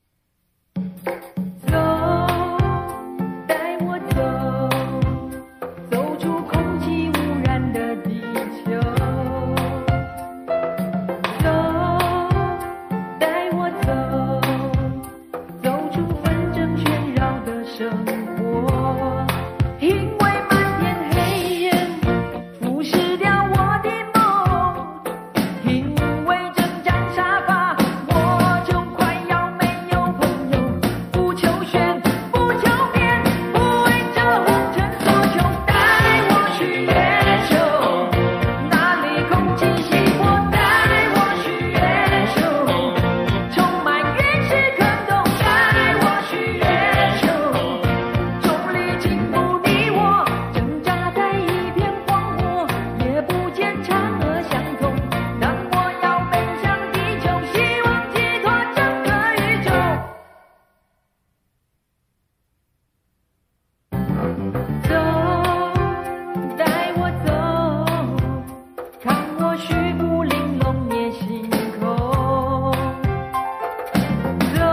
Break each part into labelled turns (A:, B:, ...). A: 走，带我走，走出空气污染的地球。走，带我走，走出纷争喧扰的生活。因为漫天黑夜腐蚀掉我的梦。因为这张沙发，我就快要没有朋友。不求炫，不求变，不为这红尘所求。带我去月球，那里空气稀薄。带我去月球，充满原始感动。带我去月球，重力禁锢你我，挣扎在一片荒漠，也不见嫦娥相逢。当我要奔向地球，希望寄托整个宇宙。走，带我走，看我虚步玲珑夜星空。走，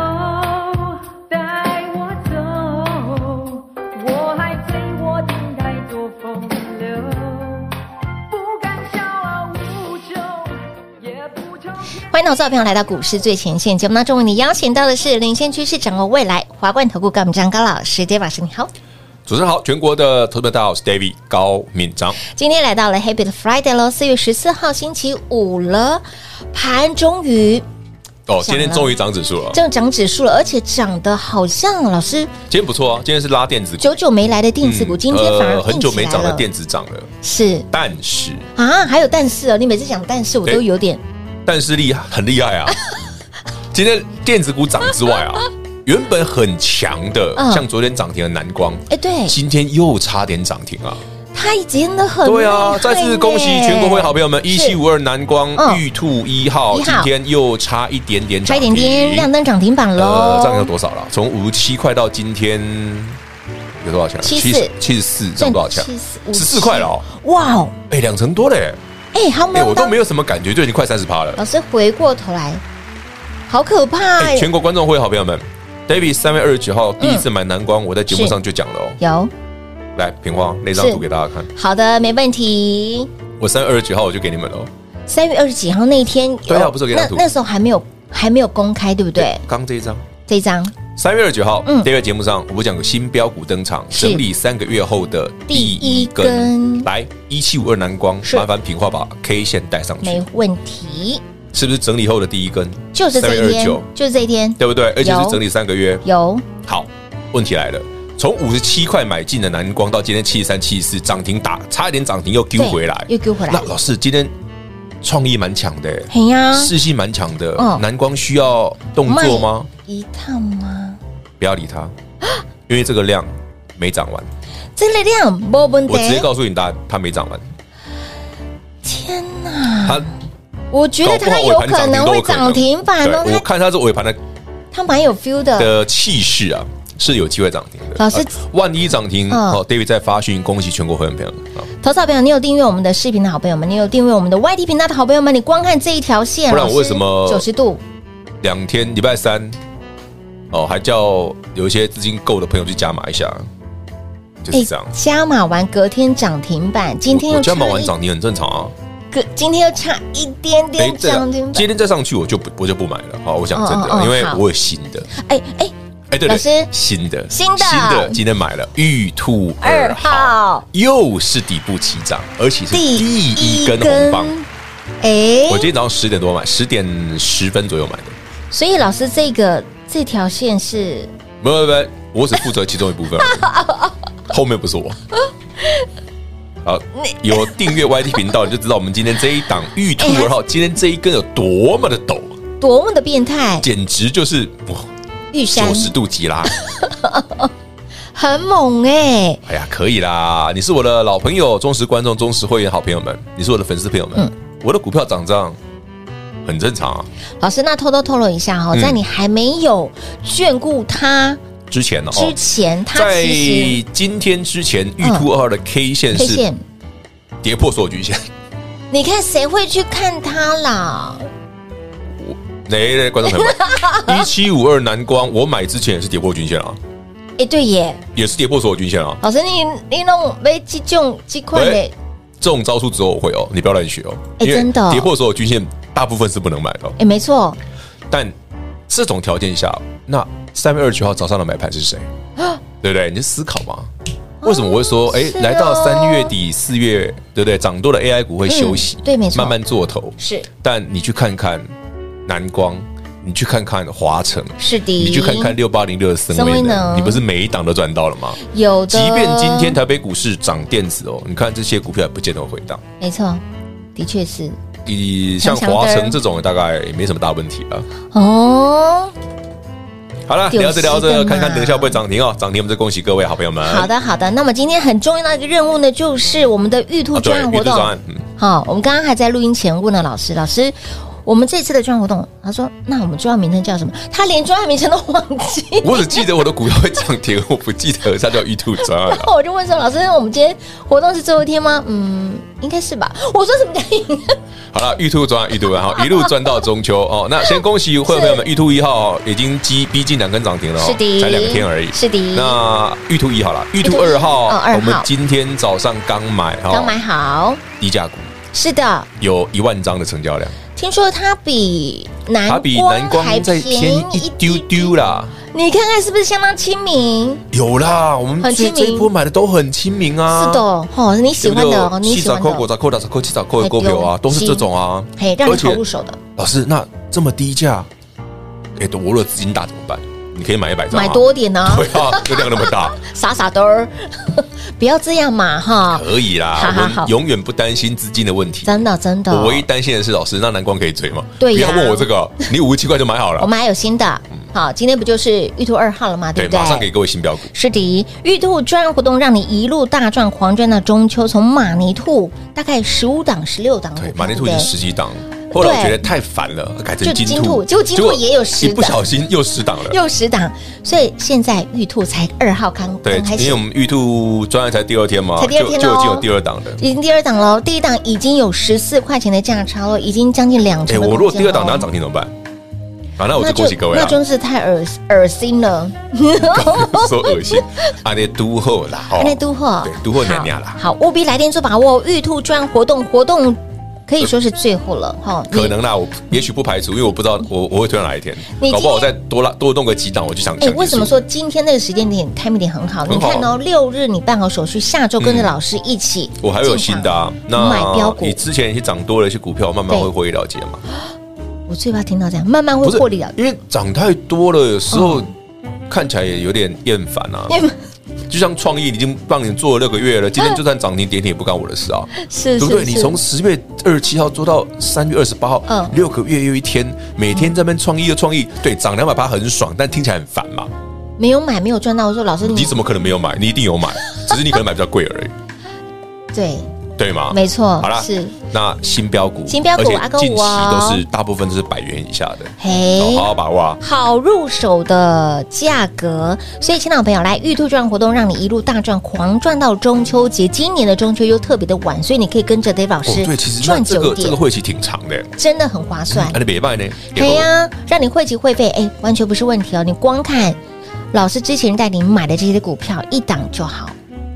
A: 带我走，我还醉卧等待做风流，不敢笑傲无求，也不愁。
B: 欢迎投资者朋友来到股市最前线节目当中，为你邀请到的是领先趋势、掌握未来华冠投顾高敏章高老师，David 老师你好。
C: 主持人好，全国的投资者大家好，我是 David 高敏章。
B: 今天来到了 Happy 的 Friday 喽，四月十四号星期五了，盘终于
C: 哦，今天终于涨指数了，
B: 正涨指数了，而且涨得好像老师
C: 今天不错哦，今天是拉电子股，
B: 久久没来的电子股，
C: 嗯
B: 今天反而
C: 呃很久没涨
B: 硬起
C: 的
B: 来了
C: 电子涨了，
B: 是
C: 但是
B: 啊，还有但是哦，你每次讲但是我都
C: 对
B: 有点
C: 但是厉害，很厉害 啊！今天电子股涨之外啊，原本很强的
B: 嗯，
C: 像昨天涨停的南光，
B: 哎，对，
C: 今天又差点涨停啊！
B: 他真的很
C: 对
B: 厉害
C: 啊，再次恭喜
B: 耶
C: 全国会好朋友们，一
B: 是
C: 七五二南光
B: 嗯
C: 玉兔一号，
B: 一号
C: 今天又差一点点
B: 差
C: 涨
B: 一
C: 停，
B: 点点亮灯涨停板
C: 呃，这样要
B: 喽，
C: 多少了？从五十七块到今天有多少钱啊？
B: 74
C: 七十四，涨多少钱啊？
B: 十
C: 十四块了哦，
B: 哇哦，
C: 哎，两成多嘞！
B: 哎，还没
C: 哎，
B: 有
C: 我都
B: 到
C: 没有什么感觉，就已经快三十趴了。
B: 老师回过头来，好可怕
C: 哎，
B: 哎，嗯
C: 全国观众会好朋友们，David 三月二十九号第一次买南光，我在节目
B: 是
C: 上就讲了哦。
B: 有
C: 来，平花那张
B: 是
C: 图给大家看，
B: 好的，没问题。
C: 我三月二十九号我就给你们了哦。
B: 三月二十几号那一天有，
C: 对啊不是有给他
B: 那
C: 图
B: 那时候还没有还没有公开，对不对？
C: 刚这一张。
B: 这一张
C: 三月二十九号
B: 嗯
C: ，David 节目上，我不讲有新标股登场，
B: 是
C: 整理三个月后的第一根，
B: 第一根
C: 来一七五二南光，
B: 是
C: 麻烦平花把 K 线带上去
B: 没，问题，
C: 是不是整理后的第一根？
B: 就是这一
C: 3月
B: 天
C: 29，
B: 就是这一天，
C: 对不对？而且是整理三个月。
B: 有
C: 好，问题来了，从五十七块买进的南光到今天七十三、七十四，涨停打，差一点涨停又丢
B: 对
C: 回来。
B: 又丢回来
C: 那，老师今天创意蛮强的，
B: 嘿呀，
C: 士气蛮强的
B: 嗯。
C: 南光需要动作吗？
B: 一趟吗？
C: 不要理它，因为这个量没涨完。
B: 这力量没问
C: 我直接
B: 题。
C: 告诉你答案，它没涨完，
B: 天哪，
C: 它
B: 我啊觉得
C: 搞不
B: 它
C: 好
B: 有
C: 尾盘
B: 可
C: 涨停
B: 能
C: 都
B: 会
C: 有可能
B: 涨停板哦，
C: 对
B: 它
C: 我看它这尾盘的
B: 它蛮有 feel 的，
C: 的气势啊，是有机会涨停的。
B: 嗯老师
C: 啊万一涨停，
B: 嗯
C: 哦，David 在发讯恭喜全国会员朋友们啊。
B: 投资好朋友，你有订阅我们的视频的好朋友们，你有订阅我们的 YT 频道的好朋友们，你光看这一条线，哦
C: 不然我为什么
B: 九十度？
C: 两天，礼拜三，哦，还叫有一些资金够的朋友去加码一下，就是这样。
B: 哎加码完隔天涨停板，今天
C: 我
B: 又
C: 我加码
B: 差
C: 完
B: 一
C: 涨停很正常啊。
B: 个，今天又差一点点
C: 这样
B: 涨停板
C: 今。天再上去我就不我就不买了。好，我讲真
B: 哦哦哦
C: 的，因为
B: 好
C: 我有新的。
B: 哎哎，
C: 哎，对
B: 老师
C: 对，新的
B: 新的
C: 新的，今天买了玉兔
B: 哎二
C: 二号，
B: 号
C: 又是底部起涨，而且是第一根红棒。，
B: 哎
C: 我今，天早上十点多买，十点十分左右买的，
B: 所以老师这个这条线是
C: 没有没有，我只负责其中一部分而 已，后面不是我。好，有订阅 YT 频道你就知道我们今天这一档玉兔二
B: 哎
C: 号，今天这一根有多么的陡，
B: 多么的变态，
C: 简直就是哇
B: 玉山
C: 九十度急拉。
B: 很猛哎、
C: 哎呀，可以啦！你是我的老朋友、忠实观众、忠实会员、好朋友们，你是我的粉丝朋友们。
B: 嗯
C: 我的股票涨这样很正常啊。
B: 老师，那偷偷透露一下哈、哦，
C: 嗯
B: 在你还没有眷顾他
C: 之前呢、
B: 之
C: 哦，
B: 前，他
C: 在
B: 其实
C: 今天之前，玉兔二号的 K 线
B: K
C: 是
B: 线，
C: 跌破所有均线。
B: 你看谁会去看他啦？
C: 来来，来观众朋友们，一七五二南光，我买之前也是跌破均线啊，
B: 哎、对耶，
C: 也是跌破所有均线啊。
B: 老师你你弄被击中击溃嘞
C: 喂，这种招数只有我会哦，你不要乱学哦。
B: 哎
C: 因为
B: 真的哦
C: 跌破所有均线，大部分是不能买的哦。
B: 哎、没错，
C: 但这种条件下，那三月二十九号早上的买盘 是谁？对不对？你就思考嘛。为什么我会说，哎、
B: 是哦
C: 来到三月底四月，对不对？涨多的 AI 股会休息，
B: 嗯对没错
C: 慢慢做头。
B: 是
C: 但你去看看南光，你去看看华城，
B: 是的，
C: 你去看看六八零六的森威
B: 哎森威
C: 能，
B: 能啊
C: 你不是每一档都赚到了吗？
B: 有的，
C: 即便今天台北股市涨电子哦，你看这些股票也不见得会回档。
B: 没错，的确是
C: 以像
B: 强强的
C: 华城这种，大概也没什么大问题了。
B: 哦。
C: 好了，
B: 丢
C: 聊着聊着，
B: 失的嘛
C: 看看等一下会不会涨停哦。涨停我们就恭喜各位好朋友们。
B: 好
C: 的，
B: 的，好的。那么今天很重要的一个任务呢，就是我们的玉兔
C: 啊对
B: 专，案
C: 预
B: 活
C: 祝
B: 动
C: 专。案， 嗯，
B: 好，我们刚刚还在录音前问了老师，老师，我们这次的专案活动，他说，那我们专案名称叫什么？他连专案名称都忘记。
C: 我只记得我的股票会涨停，我不记得它叫玉兔专案
B: 然
C: 了。
B: 后我就问说，老师，我们今天活动是最后一天吗？嗯，应该是吧。我说什么叫应
C: 哦
B: 该？
C: 好了，玉兔专案，玉兔专案，好，一路赚到中秋哦。那先恭喜会员朋友们，玉兔一号哦已经逼逼近两根涨停了哦，
B: 是的，
C: 才两天而已。
B: 是的，
C: 那哦玉兔一好了，玉
B: 玉
C: 兔
B: 兔一
C: 二号
B: 哦二号，
C: 我们今天早上刚买哦，
B: 刚买好。
C: 低价股，
B: 是的，
C: 有一万张的成交量，
B: 听说它比南
C: 它比南光
B: 还
C: 再
B: 便
C: 便宜
B: 宜
C: 一
B: 一
C: 丢
B: 丢
C: 丢
B: 丢。
C: 啦。
B: 你看看是不是相当亲民？
C: 有啦，我们
B: 很
C: 这
B: 亲
C: 这
B: 民
C: 一波买的都很亲民啊，
B: 是的，哦，你喜欢的哦，你喜欢
C: 扣股
B: 的，
C: 砸扣打砸扣七砸扣的股票啊，
B: 哎对
C: 都是这种啊。
B: 嘿，让你
C: 而且
B: 投入手的，
C: 老师，那这么低价，哎，我如果资金大怎么办？你可以买一百张，
B: 买多，点呢、
C: 对啊，这量那么大，
B: 傻傻的儿， 不要这样嘛哈！
C: 可以啦。
B: 好好
C: 我
B: 好
C: 们永远不担心资金的问题。
B: 真的真的，
C: 我唯一担心的是，老师，那蓝光可以追吗？
B: 对
C: 不
B: 呀
C: 要问我这个，你五十七块就买好
B: 我
C: 了，
B: 们还有新的，好，今天不就是玉兔二号了吗？对
C: 嗯对，
B: 不对？
C: 马上给各位新标股。
B: 是的，玉兔专案活动让你一路大赚狂赚到中秋，从马尼兔大概十五档、十六档，
C: 对
B: 对，不
C: 马
B: 对
C: 尼兔已经十几档，后来我觉得太烦了，改成
B: 就
C: 金
B: 金兔
C: 兔，
B: 结果金兔也有十
C: 一不
B: 档
C: 小心又十档了。
B: 又十档，所以现在玉兔才二号刚
C: 对
B: 刚开，
C: 因为
B: 始
C: 我。们玉兔专案才第二天嘛，
B: 才第二天
C: 就就已
B: 哦
C: 经有第二档的。
B: 已经第二档喽，第一档已经有十四块钱的价差了，已经将近两
C: 哎，
B: 成的空间咯。
C: 我如果第二档拿涨停怎么办？啊，那我
B: 哦那
C: 就
B: 就
C: 恭喜各位
B: 那
C: 了，
B: 真是太恶恶心了。
C: 说 恶心，啊，那都后啦，哦
B: 安内都货，
C: 对，都后娘娘啦，
B: 好，好务必来电做把握，玉兔专活动活动可以说是最后了哈。你
C: 可能啦，我也许不排除，因为我不知道我我会推到哪一天
B: 你今，天
C: 搞不好我再多拉多弄个几档，我就想
B: 哎
C: 想，
B: 为
C: 结束
B: 什么说今天这个时间点 timing 点很好？
C: 很
B: 你
C: 好啊
B: 看哦，六日你办好手续，下周跟着老师一起进场，
C: 嗯我还有新的啊？
B: 买标
C: 那
B: 股
C: 你，之前一些涨多了一些股票，慢慢
B: 对
C: 会获利了结嘛？
B: 我最怕听到这样，慢慢会
C: 不是
B: 获利了。嗯
C: 因为涨太多了，有时候看起来也有点厌烦啊。就像创意已经帮你做了六个月了，今天就算涨停跌停也不干我的事啊，
B: 嗯是
C: 对不对？
B: 是
C: 你
B: 是
C: 从，十月二十七号做到三月二十八号
B: 嗯，
C: 六个月又一天，每天在那边创意又创意，对，涨两百八很爽，但听起来很烦嘛。
B: 没有买没有赚到，我说老师
C: 你
B: 你
C: 怎么可能没有买？你一定有买，只是你可能买比较贵而已，
B: 对，
C: 对吗？
B: 没错，
C: 啊好啦
B: 是，
C: 那新标股，
B: 新标股
C: 而且
B: 阿哥
C: 近期
B: 五哦
C: 都是大部分都是百元以下的，
B: 嘿
C: 好。好把握啊。
B: 好入手的价格，所以，亲爱的朋友，来玉兔赚活动，让你一路大赚，狂赚到中秋节。今年的中秋又特别的晚，所以你可以跟着 Dave 老
C: 哦
B: 师，
C: 对，其实那
B: 赚
C: 这
B: 久
C: 个
B: 一
C: 这
B: 点
C: 个，会期挺长的，
B: 真的很划算
C: 啊，。你别卖呢，
B: 对呀、让你汇集会费，哎，完全不是问题哦。你光看老师之前带你买的这些股票，一档就好，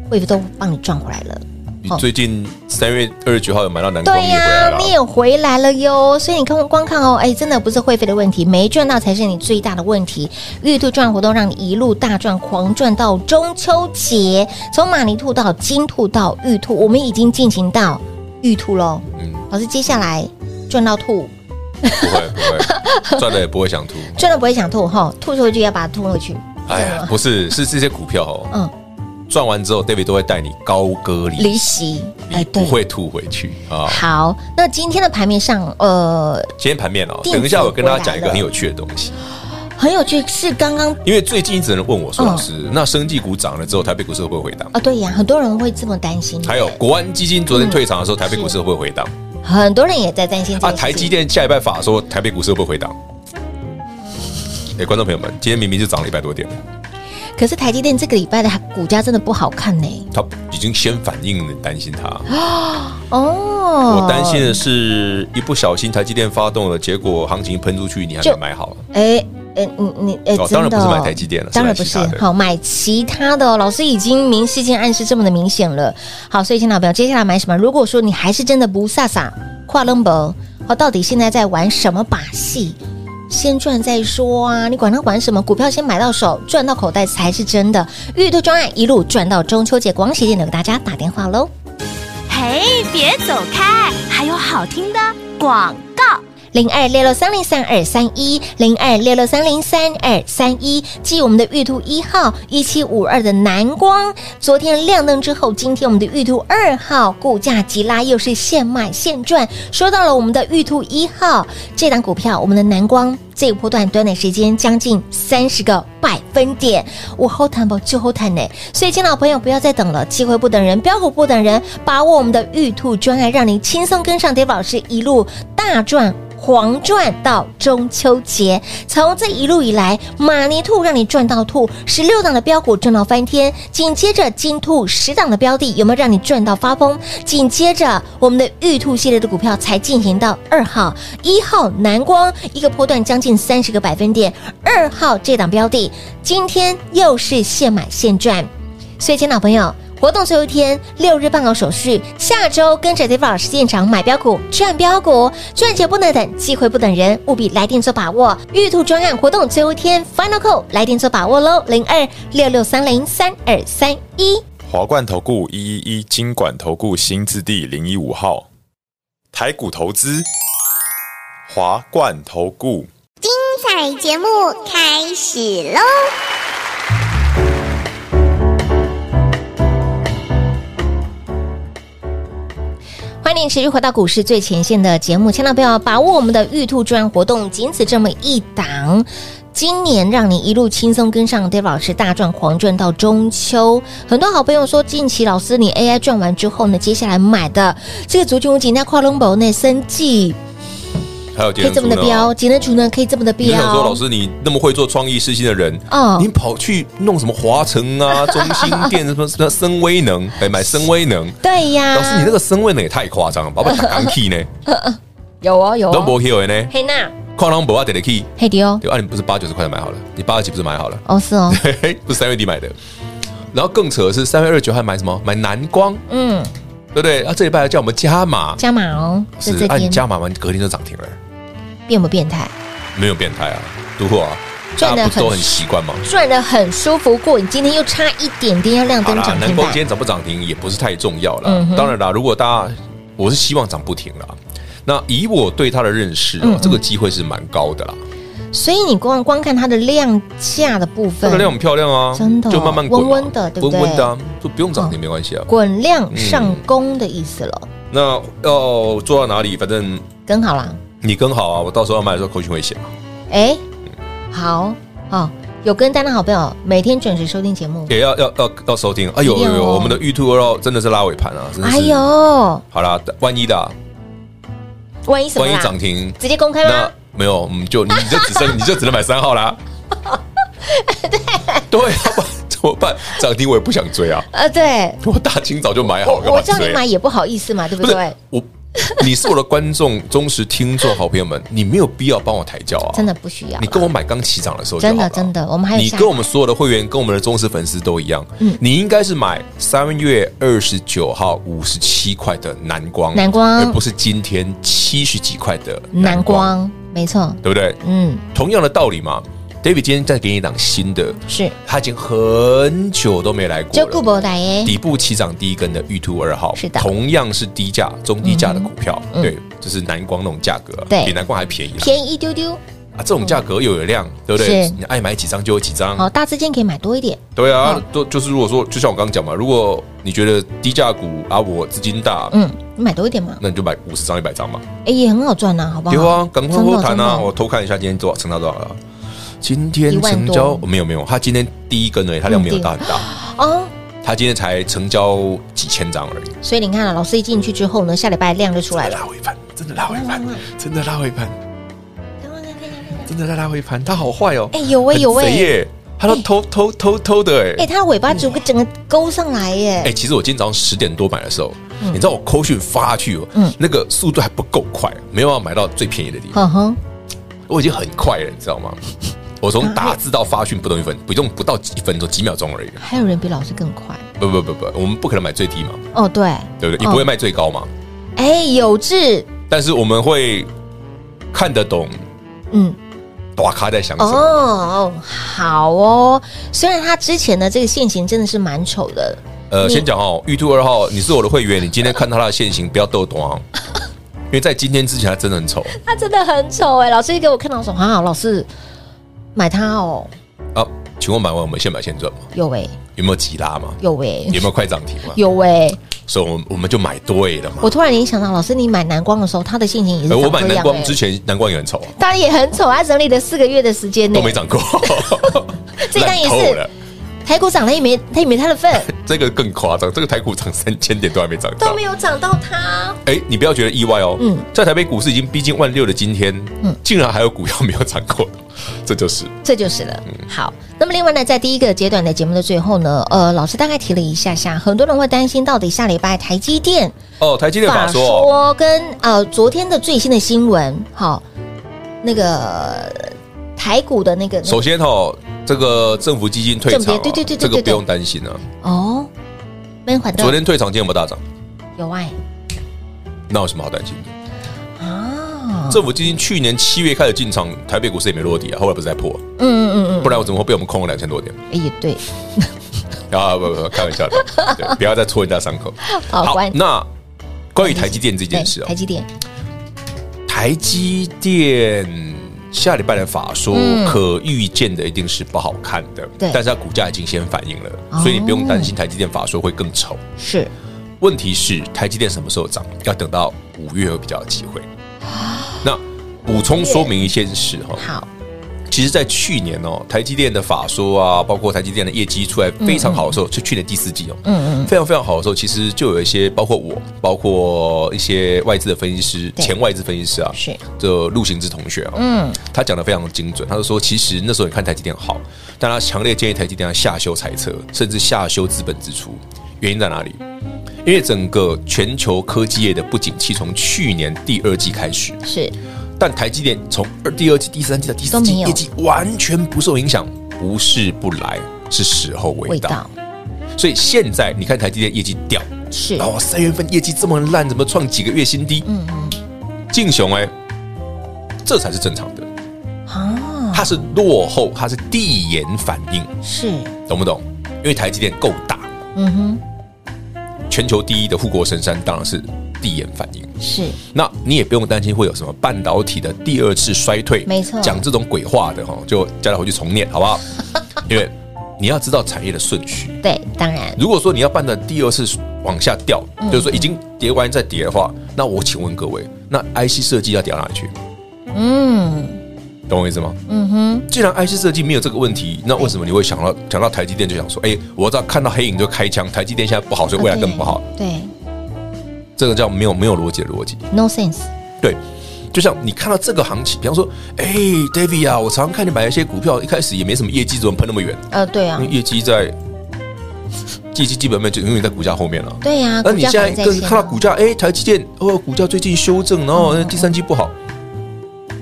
B: 会费都帮你赚回来了。
C: 你最近三月二十九号有买到南光
B: 对
C: 也回来
B: 呀、
C: 了
B: 你，也回来了哟。所以你看光看哦，哎，真的不是会费的问题，没赚到才是你最大的问题。玉兔赚活动让你一路大赚，狂赚到中秋节，从马尼兔到金兔到玉兔，我们已经进行到玉兔喽。
C: 嗯，
B: 老师，接下来赚到兔，
C: 不会不会，赚了也不 会想吐。
B: 赚了不会想吐哈，吐出去要把它吐回去。
C: 哎呀，不是，是这些股票哦，
B: 啊嗯，
C: 赚完之后，David 都会带你高歌离
B: 离席，哎
C: 你不会吐回去啊。
B: 好，那今天的盘面上，呃，
C: 今天盘面哦，
B: 电子
C: 等一下我跟大家讲一
B: 回来
C: 个
B: 了
C: 很有趣的东西，
B: 很有趣，是刚刚
C: 因为最近一直有人问我说，
B: 嗯
C: 老师，那生技股涨了之后，台北股市会不会回档？
B: 啊，对呀，很多人会这么担心，
C: 还有国安基金昨天退场
B: 嗯
C: 的时候，台北股市会不会回档？
B: 很多人也在担心这
C: 啊，
B: 件事
C: 台积
B: 情。
C: 电下一拜法说台北股市会不会回档？哎，观众朋友们，今天明明就涨了一百多点，
B: 可是台积电这个礼拜的股价真的不好看呢。
C: 它已经先反应了，担心它。
B: 哦，
C: 我担心的是，一不小心台积电发动了，结果行情喷出去，你还没
B: 就
C: 买好。
B: 哎。哎，你你哎，
C: 哦
B: 真的
C: 当然不是
B: 哦
C: 买台积电了是
B: 当然
C: 买
B: 不
C: 其
B: 是
C: 他。的
B: 好，买其他的哦。老师已经明事先暗示这么的明显了。好，所以，亲老朋友，接下来买什么？如果说你还是真的不飒飒跨冷博，好，到底现在在玩什么把戏？先赚再说啊！你管他管什么，股票先买到手，赚到口袋才是真的。玉兔专案一路赚到中秋节，光喜点的给大家打电话喽。
D: 嘿，别走开，还有好听的广告。
B: 零二六六三零三二三一，零二六六三零三二三一，继我们的玉兔一号一七五二的蓝光，昨天亮灯之后，今天我们的玉兔二号股价急拉，又是现卖现赚。说到了我们的玉兔一号这档股票，我们的蓝光这一波段短短时间将近三十个百分点，我后谈不就后谈呢。所以，亲老朋友不要再等了，机会不等人，标股不等人，把握我们的玉兔专案，让你轻松跟上 d a 老师一路大赚。狂赚到中秋节，从这一路以来，马尼兔让你赚到吐，十六档的标股赚到翻天，紧接着金兔十档的标的有没有让你赚到发疯？紧接着我们的玉兔系列的股票才进行到二号、一号蓝光一个波段将近三十个百分点，二号这档标的今天又是现买现赚。所以，亲老朋友，活动最后一天，六日办好手续，下周跟着 David 老师进场买标股，赚标股，赚钱不能等，机会不等人，务必来电做把握。玉兔专案活动最后一天，Final Call，来电做把握喽，零二六六三零三二三一。
E: 华冠投顾一一一金管投顾新字第零一五号，台股投资，华冠投顾。
F: 彩节目开始喽！
B: 欢迎持续回到股市最前线的节目，千万不要把握我们的玉兔专案活动，仅此这么一档。今年让你一路轻松跟上 Dave 老师大赚狂赚到中秋。很多好朋友说，近期老师你 AI 赚完之后呢，接下来买的这个族群，我今天跨龙宝内生计
C: 还有
B: 可以
C: 电
B: 这
C: 子
B: 么的飙，节能储呢可以这么的
C: 你就想说，老
B: 飙。
C: 师你那么会做创意事新的人，
B: 哦
C: 你跑去弄什么华 城啊、中心店什么什么深威能，哎，买深威能。
B: 对呀，
C: 老师，你那个深威能也太夸张了，把我打 钢 key 呢，
B: 有哦有
C: 都
B: 哦，
C: 不 key 呢，
B: 黑娜
C: 矿浪不要得的 key，
B: 黑迪哦，
C: 对啊，你不是八九十块钱买好了，你八十几不是买好了，
B: 哦是哦，
C: 嘿嘿，不是三月底买的。然后更扯的是，三月二十九还买什么？买蓝光，
B: 嗯，
C: 对不对？啊，这礼拜还叫我们加码，
B: 加码哦，是这
C: 啊，你
B: 边
C: 加码完隔天就涨停了，
B: 变不变态？
C: 没有变态啊，读货啊，
B: 赚
C: 大
B: 得很
C: 家不是都很习惯吗？
B: 赚的很舒服过，你今天又差一点点要亮
C: 好
B: 灯
C: 啦
B: 涨，
C: 能
B: 停
C: 够
B: 板
C: 今。天涨不涨停也不是太重要
B: 嗯
C: 啦。
B: 哼
C: 当然啦，如果大家我是希望涨不停啦。那以我对它的认识
B: 嗯
C: 哦
B: 嗯，
C: 这个机会是蛮高的啦。
B: 所以你光光看它的量价的部
C: 它
B: 分，
C: 的量很漂亮啊，
B: 真的哦
C: 就慢慢滚嘛，
B: 温温的对不对哦
C: 温温的啊，就不用涨停没关系啊。
B: 滚量上攻的意思了，
C: 那要做到哪里？反正
B: 跟好啦。
C: 你跟好啊，我到时候要卖的时候口讯会写嘛。
B: 哎，好哦，有跟丹丹好朋友每天准时收听节目。
C: 也要要要要收听。哎
B: 一
C: 呦
B: 定
C: 呦
B: 要
C: 呦，
B: 哦
C: 我们的玉兔二号真的是拉尾盘啊！真的是
B: 哎，呦，
C: 好啦，万一的啊，
B: 万一什么
C: 万一
B: 啦？
C: 涨停，
B: 直接公开
C: 那
B: 吗？
C: 没有，我们就你你就只剩你就只能买三号 啦。对，对，要不然怎么办？涨停我也不想追啊，
B: 呃，对，
C: 我大清早就买好，干
B: 我
C: 嘛
B: 叫你
C: 追啊
B: 买？也不好意思嘛，对不
C: 不是哦
B: 对？
C: 我，你是我的观众、忠实听众、好朋友们，你没有必要帮我抬轿啊！
B: 真的，不需要啦
C: 你。跟我买刚起涨的时候就好
B: 真
C: 了
B: 的真的，我们还有
C: 你
B: 下
C: 跟我们所有的会员、跟我们的忠实粉丝都一样，
B: 嗯
C: 你应该是买三月二十九号五十七块的蓝光，
B: 蓝光
C: 而不是今天七十几块的
B: 蓝，光，没错，
C: 对不对？
B: 嗯，
C: 同样的道理嘛，David 今天再给你一档新的，
B: 是
C: 他已经很久都没来过
B: 就顾
C: 了。
B: 博来耶，
C: 底部起涨第一根的玉兔二号，
B: 是的
C: 同样是低价、中低价的股票，
B: 嗯
C: 对，就是蓝光那种价格，
B: 对
C: 比蓝光还便宜啦。
B: 便宜一丢丢，
C: 啊，这种价格又有量，对不对
B: 是？哦
C: 你爱买几张就有几张，
B: 好，大资金可以买多一点，
C: 对
B: 嗯
C: 啊，都就是如果说，就像我刚刚讲嘛，如果你觉得低价股啊，我资金大，
B: 嗯，你买多一点嘛，
C: 那你就买五十张、一百张嘛，
B: 哎，也很好赚呐，好不好？
C: 对啊，赶快多谈
B: 真的
C: 啊！
B: 真的
C: 我偷看一下今天多少成交多少了。今天
B: 一万
C: 成
B: 多嗯
C: 交、哦没有没有，它今天第一根而已，它量没有大很大，
B: 哦，
C: 它今天才成交几千张而已，
B: 所以你看啊，老师一进去之后呢，下礼 拜量就出来了。嗯
C: 拉回盘，真的拉回盘，真的拉回盘，真的拉回盘，它好坏哦，
B: 哎，有喂有哎
C: 很贼
B: 喂，
C: 耶，它都偷偷偷偷的哎
B: 哎，它的尾巴整个整个勾上来
C: 哎、
B: 耶，
C: 其实我今天早上十点多买的时候，你知道我扣讯发去哦，
B: 嗯
C: 那个速度还不够快，没有办法买到最便宜的地方，
B: 哼哼，
C: 我已经很快了，你知道 吗？我从打字到发讯不到一分，不用不到几分钟，几秒钟而已。
B: 还有人比老师更快
C: 不不不不，我们不可能买最低嘛，
B: 哦，对，
C: 对不
B: 哦
C: 对？也不会卖最高嘛，
B: 哎，有志，
C: 但是我们会看得懂
B: 嗯，
C: 大咖在想什么。
B: 哦，好哦，虽然它之前的这个现形真的是蛮丑的，
C: 呃，
B: 你
C: 先讲哦，玉兔二号，你是我的会员，你今天看到他的现形，不要逗懂啊，因为在今天之前他真的很丑
B: 它真的很丑哎，老师一给我看到我说啊，老师买它哦，
C: 啊。请问买完我们现买现赚吗？
B: 有哎，
C: 有没有急拉嘛？
B: 有哎，
C: 有没有快涨停嘛？
B: 有哎，
C: 所以我们我们就买对了嘛。
B: 我突然联想到，老师你买蓝光的时候，它的现形也是
C: 呃我
B: 长
C: 买
B: 这
C: 南
B: 样
C: 光
B: 哎
C: 之。前，南光也 很丑啊，
B: 它也很丑，它整理了四个月的时间呢
C: 都，没涨过，
B: 这单也
C: 烂透
B: 是
C: 了。
B: 台股涨，它也没它也没它的 份，
C: 这个更夸张，这个台股涨三千点都还没涨
B: 都
C: 到
B: 没。有涨到它。
C: 哎，你不要觉得意外哦。
B: 嗯
C: 在台北股市已经逼近万六的今天，
B: 嗯
C: 竟然还有股票没有涨过，这就是
B: 这就是了。
C: 嗯
B: 好，那么另外呢，在第一个阶段的节目的最后呢，呃，老师大概提了一下下，很多人会担心到底下礼拜台积电
C: 哦，台积电法说
B: 说跟呃昨天的最新的新闻，好，那个台股的那个
C: 首先哦，这个政府基金退场啊，
B: 政府对对对对
C: 这个
B: 对
C: 不
B: 对
C: 用担心啊。
B: 哦，没缓到
C: 昨天退场，今天有没有大涨？
B: 有哎
C: 那有什么好担心的？
B: 啊，
C: 政府基金去年七月开始进场，台北股市也没落地啊，后来不是在破，
B: 嗯嗯嗯嗯，
C: 不然我怎么会被我们空了两千多点？
B: 哎也对，
C: 啊，不不，不开玩笑的， 对，不要再戳人家伤口。
B: 好哦关
C: 那关于台积电这件事
B: 对
C: 啊
B: 台，积电
C: 台积电下礼拜的法说
B: 嗯
C: 可预见的一定是不好看的，
B: 对
C: 但是它股价已经先反应
B: 哦
C: 了，所以你不用担心台积电法说会更丑。
B: 是
C: 问题是台积电什么时候涨？要等到五月会比较有机 会。那补充说明一件事哈，
B: 好，
C: 其实，在去年哦，台积电的法说啊，包括台积电的业绩出来非常好的时候，就去年第四季哦，
B: 嗯嗯嗯
C: 非常非常好的时候，其实就有一些包括我，包括一些外资的分析师，
B: 对
C: 前外资分析师啊，
B: 是
C: 这陆行之同学啊，
B: 嗯
C: 他讲的非常精准，他就说，其实那时候你看台积电好，但他强烈建议台积电要下修财测，甚至下修资本支出，原因在哪里？因为整个全球科技业的不景气从去年第二季开始，
B: 是
C: 但台积电从二第二季、第三季到第四
B: 都
C: 季
B: 没有
C: 业绩完全不受影响，不是不来，是时候未
B: 味
C: 到。
B: 道
C: 所以现在你看台积电业绩掉，
B: 是
C: 然后三月份业绩这么烂，怎么创几个月新低？
B: 嗯嗯
C: 敬雄哎，这才是正常的，
B: 啊
C: 它是落后，它是递延反应，
B: 是
C: 懂不懂？因为台积电够大，
B: 嗯哼
C: 全球第一的护国神山当然是递延反应。
B: 是
C: 那你也不用担心会有什么半导体的第二次衰退，
B: 没错
C: 讲这种鬼话的哈，哦就叫他回去重念 好不好？因为你要知道产业的顺序。
B: 对，当然
C: 如果说你要办的第二次往下掉，
B: 嗯
C: 就是说已经跌完再跌的话，那我请问各位，那 IC 设计要跌到哪里去？
B: 嗯
C: 懂我意思吗？
B: 嗯哼
C: 既然 IC 设计没有这个问题，那为什么你会想到想到台积电就想说，哎，我只要看到黑影就开枪，台积电现在不好，所以未来更不好，
B: 对
C: 这个叫没有没有逻辑的逻辑。
B: ，no sense
C: 对，就像你看到这个行情，比方说，哎、d a v i d 啊，我常常看你买一些股票，一开始也没什么业绩，怎么喷那么远？
B: 呃对啊
C: 因为业绩在业绩基本面就永远在股价后面了、
B: 对啊呀，
C: 那你现在更
B: 跟
C: 看到嗯股价，哎、台积电哦，股价最近修正，然后那第三季不好。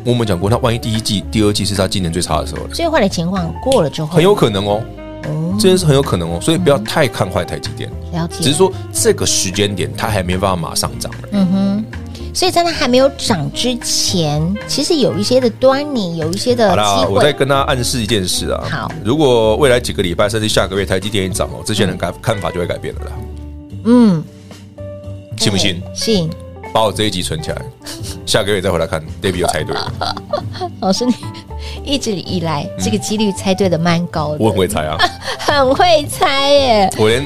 C: 我们讲过，那万一第一季、第二季是它今年最差的时候呢，
B: 最坏的情况过了之后，
C: 很有可能哦，嗯
B: 哦
C: 这件事很有可能哦，所以不要太看坏台积电，
B: 了解，
C: 只是说这个时间点它还没办法马上涨而已
B: 嗯哼。所以在它还没有涨之前，其实有一些的端倪，有一些的
C: 好啦，
B: 机
C: 我再
B: 会。
C: 跟他暗示一件事啊。
B: 好
C: 如果未来几个礼拜甚至下个月台积电一涨哦，这些人改看法就会改变了啦，
B: 嗯，
C: 信不信？
B: 信
C: 把我这一集 存起来，下个月再回来看。David 又猜对了，
B: 老师，你一直以来这个几率猜对的蛮高的，
C: 嗯我很会猜啊，
B: 很会猜耶，
C: 我连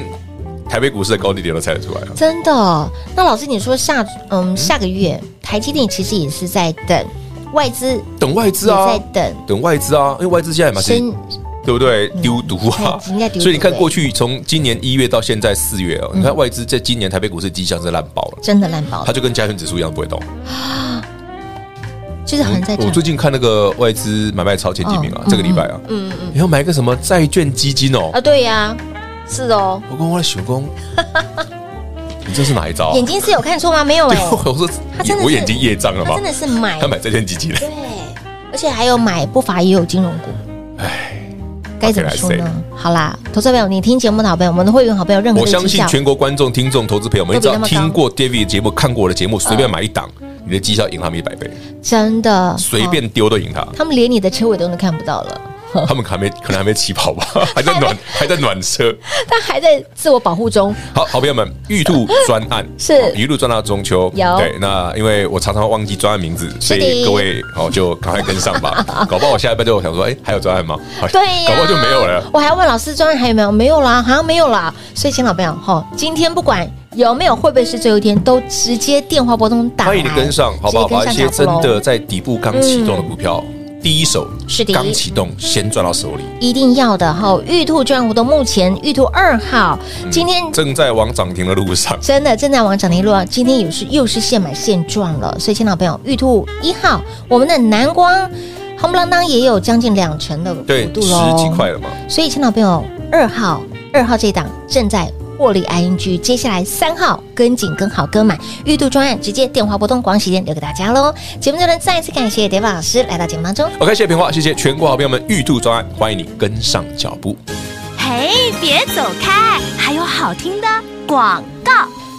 C: 台北股市的高低点都猜得出来啊。
B: 真的哦。那老师，你说下嗯下个月台积电其实也是在等外资，
C: 等外
B: 也
C: 资啊
B: 在，等
C: 等外资啊，因为外资现在嘛，其实
B: 深
C: 对不对？丢毒啊！
B: 人家丢毒
C: 所以你看
B: 对嗯
C: 过去从今年一月到现在四月哦，你看外资在今年台北股市迹象是烂爆了，
B: 真的烂爆
C: 它
B: 了，
C: 就跟加权指数一样不会动。
B: 就是好像在
C: 我
B: 涨
C: 最近看那个外资买卖超前几名啊
B: 嗯，
C: 这个礼拜啊，嗯嗯，你要买一个什么债券基金哦
B: 啊，？对呀，是哦，
C: 我跟我的熊 工，你这是哪一招啊
B: 眼？睛是有看错吗？没有
C: 对
B: 哎，
C: 我说
B: 他真的是
C: 我眼睛业障了
B: 他
C: 吗
B: 真？的是买
C: 他买债券基金，
B: 对，而且还有买不乏也有金融股。该怎么说呢？好啦，投资朋友，你听节目的好朋友，我们的会员好朋友，任何
C: 我
B: 的绩
C: 相信
B: 效，
C: 全国观众、听众、投资朋友们，
B: 都比
C: 你
B: 那
C: 只要
B: 么高哦
C: 听过 David 的节目、看过我的节目，随便买一档，你的绩效赢他们一百倍，
B: 真的
C: 随
B: 哦
C: 便丢都赢他。
B: 他们连你的车尾都能看不到了，
C: 他们还没可能还没起跑吧， 还在暖还在暖车。
B: 他还在自我保护中。
C: 好好朋友们，玉兔专案
B: 是
C: 哦一路赚到中秋。
B: 有
C: 对，那因为我常常忘记专案名字，所
B: 是
C: 以
B: 的
C: 各位好就赶快跟上吧， 搞不好我下一半就想说，哎，还有专案吗？好
B: 对呀、
C: 搞不好就没有了。。
B: 我还问老师专案还有没有？没有啦，好像没有啦。所以，亲老朋友，哈、今天不管有没有，会不会是最后一天，都直接电话拨通打来。
C: 欢迎你跟上，好不好？
B: 直接
C: 把
B: 跟上
C: 一些
B: 脚步
C: 真
B: 喽嗯
C: 的在底部刚启动的股票，第一手
B: 是的
C: 刚启动先赚到手里，
B: 一定要的哈、玉兔专案活动目前玉兔二号、
C: 嗯
B: 今天
C: 正在往涨停的路上。
B: 真的正在往涨停路上，今天也是又是现买现赚了。所以，亲老朋友，玉兔一号，我们的南光。夯不啷当也有将近两成的幅
C: 对，
B: 度
C: 十
B: 喽，
C: 几块了嘛，
B: 所以，亲老朋友，二号二号这一档正在获利 ING，接下来三号跟紧跟好跟满，预度专案直接电话拨通，广喜店留给大家喽。节目最后呢，再次感谢 David 老师来到节目当中。
C: OK，谢谢平话，谢谢全国好朋友们玉兔专案，欢迎你跟上脚步。
D: 嘿，别走开，还有好听的广告。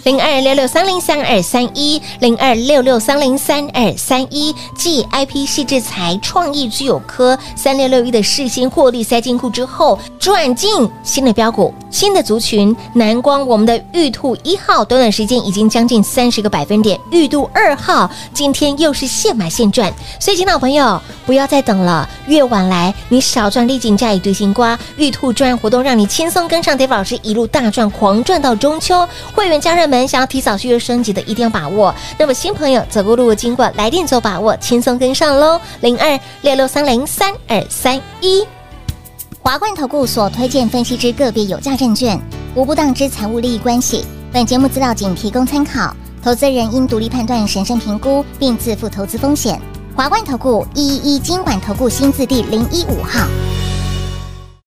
B: 零二六六三零三二三一，零二六六三零三二三一，继 IP 系制裁创意具有科三六六一的世新获利塞进库之后，转进新的标股、新的族群。南光，我们的玉兔一号，短短时间已经将近三十个百分点，玉兔二号今天又是现买现赚，所以，请老朋友不要再等了，越晚来你少赚利锦价一堆新瓜，玉兔专案活动让你轻松跟上 Dave 老师一路大赚狂赚到中秋。会员家人们想要提早续约升级的，一定要把握。那么新朋友走过路过经过，来电做把握，轻松跟上喽，零二六六三零三二三一。
F: 华冠投顾所推荐分析之个别有价证券，无不当之财务利益关系。本节目资料仅提供参考，投资人应独立判断、审慎评估，并自负投资风险。华冠投顾一一一金管投顾新字第零一五号。